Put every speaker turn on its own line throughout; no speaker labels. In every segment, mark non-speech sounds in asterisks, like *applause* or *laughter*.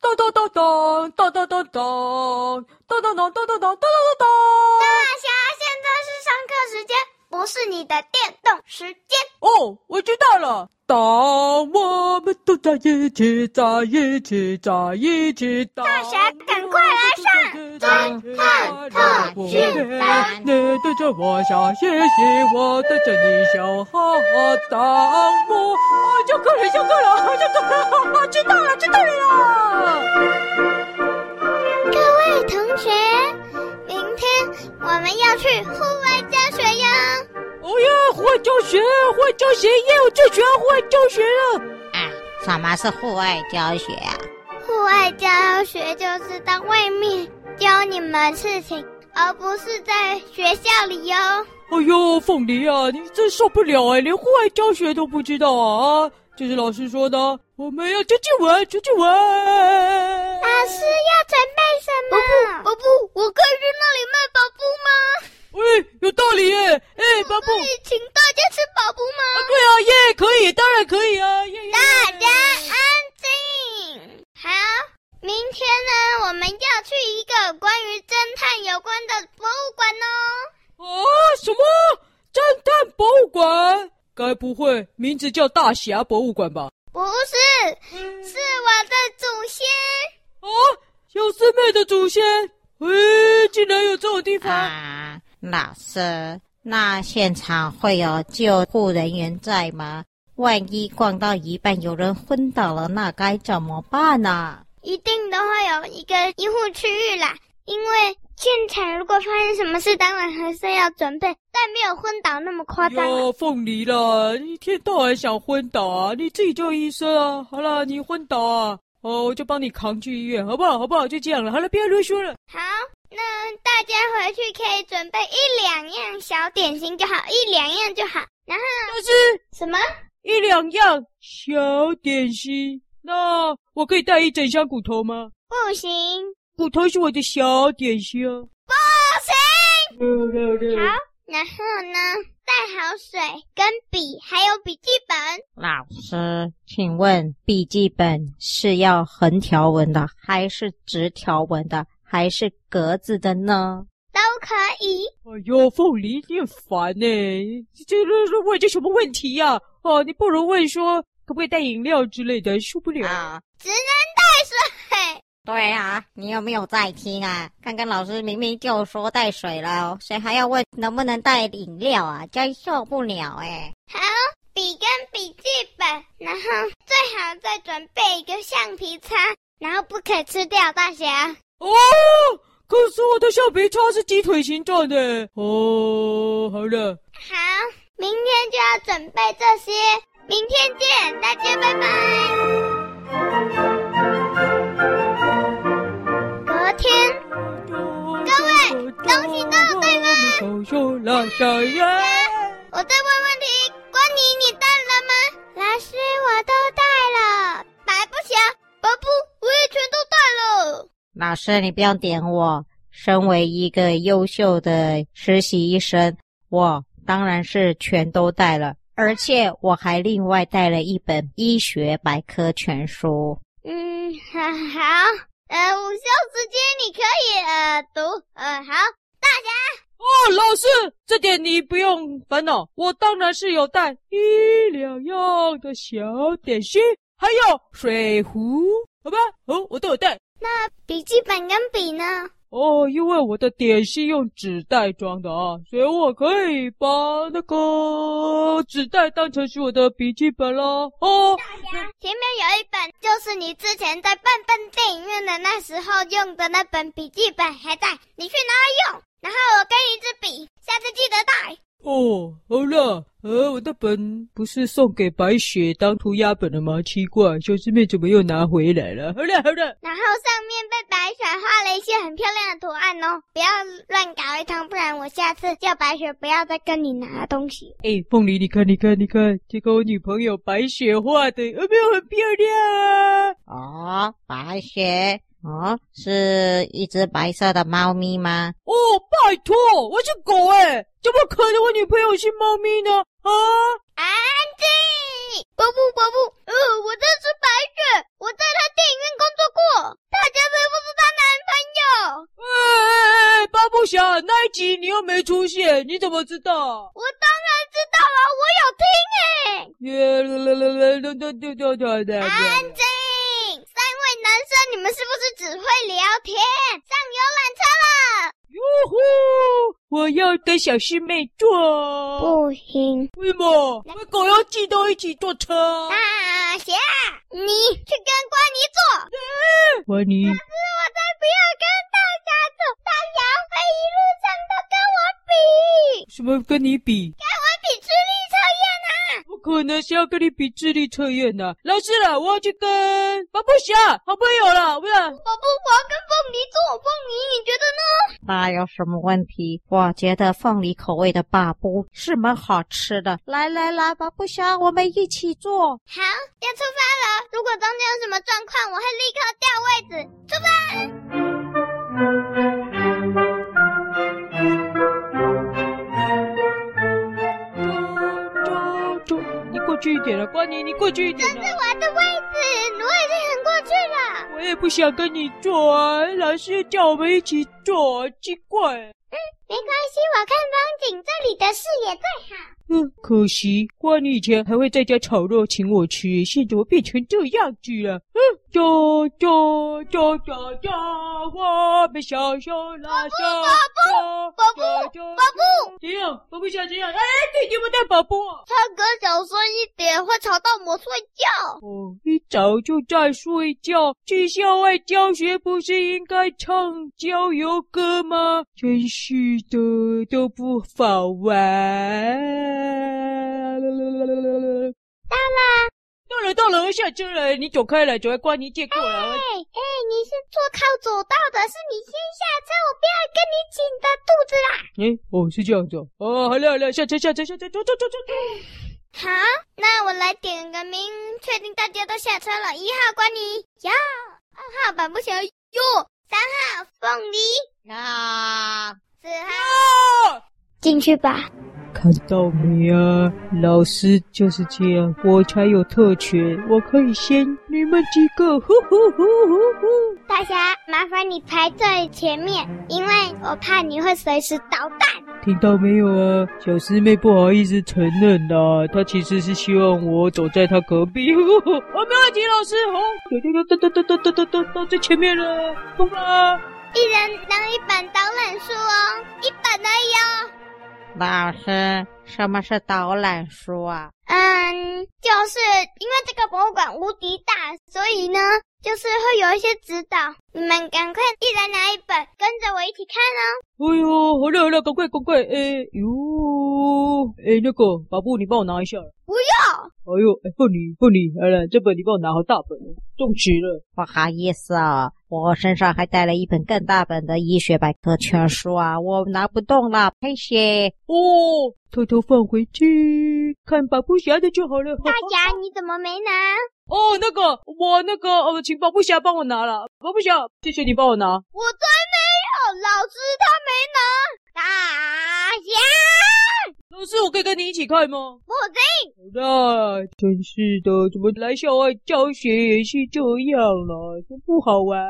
咚咚咚咚咚咚咚咚咚咚咚咚咚咚咚咚。
大侠，现在是上课时间，不是你的电动时间。
哦，我知道了。当我们都在一起，在一起，在一起。大
侠赶快来上
侦
探特训班
你对着我笑嘻嘻，我对着你笑哈哈。当我啊，就够了，就够了，就够了，哈哈，知道了，知道了啦。
各位同学，明天我们要去户外教学哟。
哦呀，会教学，会教学，耶！我最喜欢会教学了。
啊，什么是户外教学啊？
户外教学就是到外面教你们事情，而不是在学校里哦哟。
哎呦，凤梨啊，你真受不了哎，连户外教学都不知道啊！这是老师说的，我们要学静文，学静文。哎
老师要准备什么？哦不不不，我可以去那里卖宝布吗？
喂，有道理耶！哎，巴布，
可
啊，
以请大家吃宝布吗？
对啊，耶，可以，当然可以啊，耶耶。
大家安静。好，明天呢，我们要去一个关于侦探有关的博物馆哦。
啊，什么侦探博物馆？该不会名字叫大侠博物馆吧？
不是，是我的祖先。
啊，小师妹的祖先，哎，竟然有这种地方！
啊，老师，那现场会有救护人员在吗？万一逛到一半有人昏倒了，那该怎么办啊呢、
一定都会有一个医护区域啦，因为现场如果发生什么事，当然还是要准备，但没有昏倒那么夸张啦。
哟，凤梨啦，一天到晚想昏倒啊！你自己就医生啊。好啦，你昏倒啊，哦，我就帮你扛去医院，好不好？好不好？就这样了。好了，不要啰嗦了。
好，那大家回去可以准备一两样小点心就好，一两样就好。然后
但是
什么？
一两样小点心，那我可以带一整箱骨头吗？
不行，
骨头是我的小点心啊。
不行。
好
好，然后呢，带好水、跟笔，还有笔记本。
老师，请问笔记本是要横条纹的，还是直条纹的，还是格子的呢？
都可以，
哎呦，凤梨，你很烦呢、这这这问这什么问题呀、哦，你不如问说可不可以带饮料之类的，受不了。
啊，
只能带水。
对啊，你有没有在听啊？刚刚老师明明就说带水了，谁还要问能不能带饮料啊？真受不了哎、
好，笔跟笔记本，然后最好再准备一个橡皮擦，然后不可以吃掉，大侠。
哦，可是我的橡皮擦是鸡腿形状的。哦，好了，
好，明天就要准备这些，明天见，大家拜拜。隔天，
各
位东西都带吗
手手拉小耶。
我再问问题，关你你带了吗？老师，我都带了。白不行，白布我也全都带了。
老师，你不要点我。身为一个优秀的实习医生，我当然是全都带了，而且我还另外带了一本医学百科全书。
嗯，好，呃，午休时间你可以呃读，呃好，
哦，老师，这点你不用烦恼，我当然是有带一两样的小点心，还有水壶，好吧？哦，我都有带。
笔记本跟笔呢？
哦，因为我的点是用纸袋装的啊，所以我可以把那个纸袋当成是我的笔记本啦。哦，
前面有一本，就是你之前在笨笨电影院的那时候用的那本笔记本还在，你去拿来用。然后我给你一支笔，下次记得带。
哦，好了，呃，我那本不是送给白雪当涂鸦本的吗？奇怪，小师妹怎么又拿回来了？好了好了，
然后上面被白雪画了一些很漂亮的图案哦，不要乱搞一通，不然我下次叫白雪不要再跟你拿东西。
哎，凤梨，你看你看你看，这个我女朋友白雪画的，有没有很漂亮啊？
哦，白雪，哦，是一只白色的猫咪吗？
哦，拜托，我是狗哎、怎么可能我女朋友是猫咪呢？啊！
安静！伯布，伯布，呃，我这是白雪，我在他电影院工作过。
游侠那一集你又没出现，你怎么知道？
我当然知道啊，我有听诶、
耶啦啦啦啦啦啦啦啦啦啦
安静！三位男生，你们是不是只会聊天？上游览车了？
哟呼！我要跟小师妹
哦
坐。
行
为什么？我狗要记都一起坐车。
啊！行，你去跟关尼坐，
我你
我才不要跟大侠走，大侠会一路上都跟我比，
什么跟你比？
我比智力测验啊！
不可能是要跟你比智力测验的。老师了，我要去跟巴布侠好朋友了，不然
我不，我要跟凤梨做，凤梨你觉得呢？
那有什么问题？我觉得凤梨口味的粑粑是蛮好吃的。来来来，巴布侠，我们一起做。
好，要出发了。如果中间有什么状况，我会立刻调位置。出发！
走走走，你过去一点了，关你，你过去一点了。
我的位置，我已经很过去了。
我也不想跟你坐啊，老师叫我们一起坐啊，奇怪。
没关系，我看风景，这里的视野最好。
嗯，可惜瓜你以前还会在家炒肉请我吃，现在怎么变成这样子了？嗯，走走走走走，我们小手拉手。
宝
宝
布宝布，
怎样？宝布想怎样？哎，弟弟们在宝布。
唱歌小声一点，会吵到我睡觉。
哦，一早就在睡觉。去校外教学不是应该唱郊游歌吗？真是的，都不好玩。
到了，
到了，到了，我下车了。你走开了，走开，关你借过了。我
哎哎，你是坐靠左道的，是你先下车，我不要跟你紧着肚子啦。
哎、哦，是这样子哦。哦，好了好了，下车下车下车，走走走走走。
好，那我来点个名，确定大家都下车了。一号关你哟，二号板不行哟，三号凤梨，
啊！
四号进去吧。
看到没啊？老师就是这样，我才有特权，我可以先你们几个，呼呼呼呼呼。
大侠，麻烦你排最前面，因为我怕你会随时捣蛋。
听到没有啊？小师妹不好意思承认啦、她其实是希望我走在她隔壁。我没问题，老师，好，走走走走走走走走到最前面了，冲啊！
一人拿一本导览书哦，一本而已哦。
老师，什么是导览书啊？
嗯，就是因为这个博物馆无敌大，所以呢，就是会有一些指导。你们赶快一人拿一本，跟着我一起看哦。
哎呦，好了好了，赶快赶快，哎呦，哎那个宝布，你帮我拿一下。
不要，
哎呦，哎凤梨凤梨，来了，这本你帮我拿，好大本哦，中邪了。
不好意思啊，我身上还带了一本更大本的医学百科全书啊，我拿不动了，谢谢。
哦，偷偷放回去，看保护侠的就好了。
大侠，你怎么没拿？
哦，那个我那个呃，请保护侠帮我拿了，保护侠，谢谢你帮我拿。
我才没有，老师他没拿。大侠，
老师，我可以跟你一起看吗？
不行，
好啦，真是的，怎么来校外教学也是这样了，真不好玩。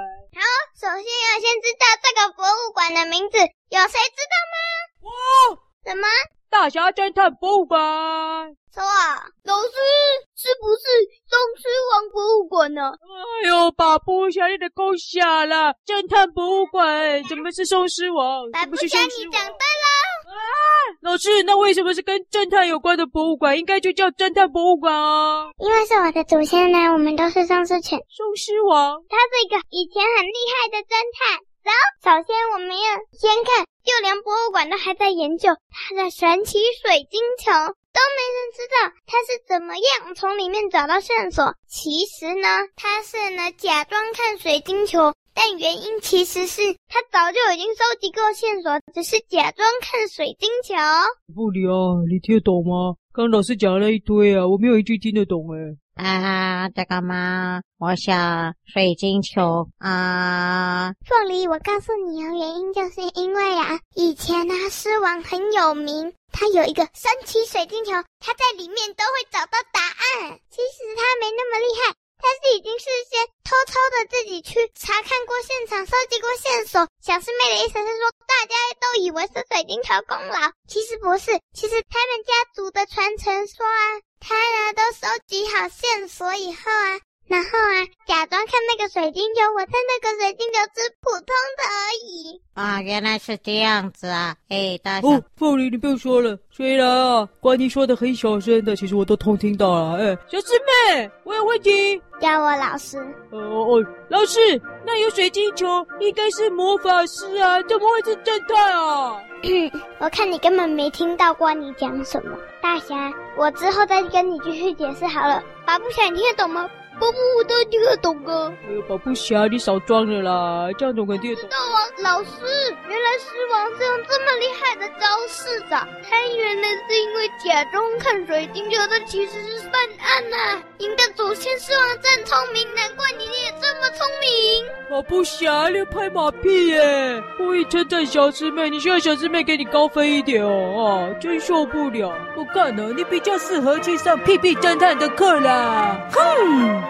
首先要先知道这个博物馆的名字，有谁知道吗？
哇，
什么？
大侠侦探博物馆，
错，老师是不是东狮王博物馆呢、
哎呦，保护侠你的够傻了，侦探博物馆怎么是松狮王？
白
怎
不
么是
侠，
松
你
狮
讲
王？
对了。
老师，那为什么是跟侦探有关的博物馆？应该就叫侦探博物馆啊。
因为是我的祖先呢，我们都是松狮犬。
松狮王，
他是一个以前很厉害的侦探。走，首先我们要先看，就连博物馆都还在研究他的神奇水晶球，都没人知道他是怎么样从里面找到线索。其实呢，他是呢假装看水晶球，但原因其实是他早就已经收集够线索，只是假装看水晶球。
不理啊，你听得懂吗？刚刚老师讲了一堆啊，我没有一句听得懂哎。
啊，这个吗？我想水晶球啊，
凤梨，我告诉你哦，原因就是因为啊，以前呢、狮王很有名，他有一个神奇水晶球，他在里面都会找到答案。其实他没那么厉害，他是已经事先偷偷的自己去查看过现场，收集过线索。小师妹的意思是说，大家都以为是水晶球功劳，其实不是。其实他们家族的传承说啊，他呢都收集好线索以后啊，然后啊假装看那个水晶球，我猜那个水晶球只普通的而已。
啊，原来是这样子啊！哎，大小、
哦，凤梨，你不用说了。虽然啊，关你说的很小声的，其实我都偷听到了。哎，小师妹，我有问题。
要我老师， *coughs*
哦哦，哦老师，那有水晶球应该是魔法师啊，怎么会是侦探啊？
我看你根本没听到过你讲什么。大侠，我之后再跟你继续解释好了。巴布侠，你听得懂吗？波波，我都听得懂啊。
哎呦，保护侠，你少装了啦，这样怎么听得懂？
大王老师，原来狮王是用这么厉害的招式的，他原来是因为假装看水晶球的，其实是犯案呐、赢得祖先狮王真聪明，难怪你也这么聪明。
保护侠，你拍马屁耶！故意称赞小师妹，你需要小师妹给你高分一点哦。啊，真受不了！我看呢，你比较适合去上屁屁侦探的课啦。哼。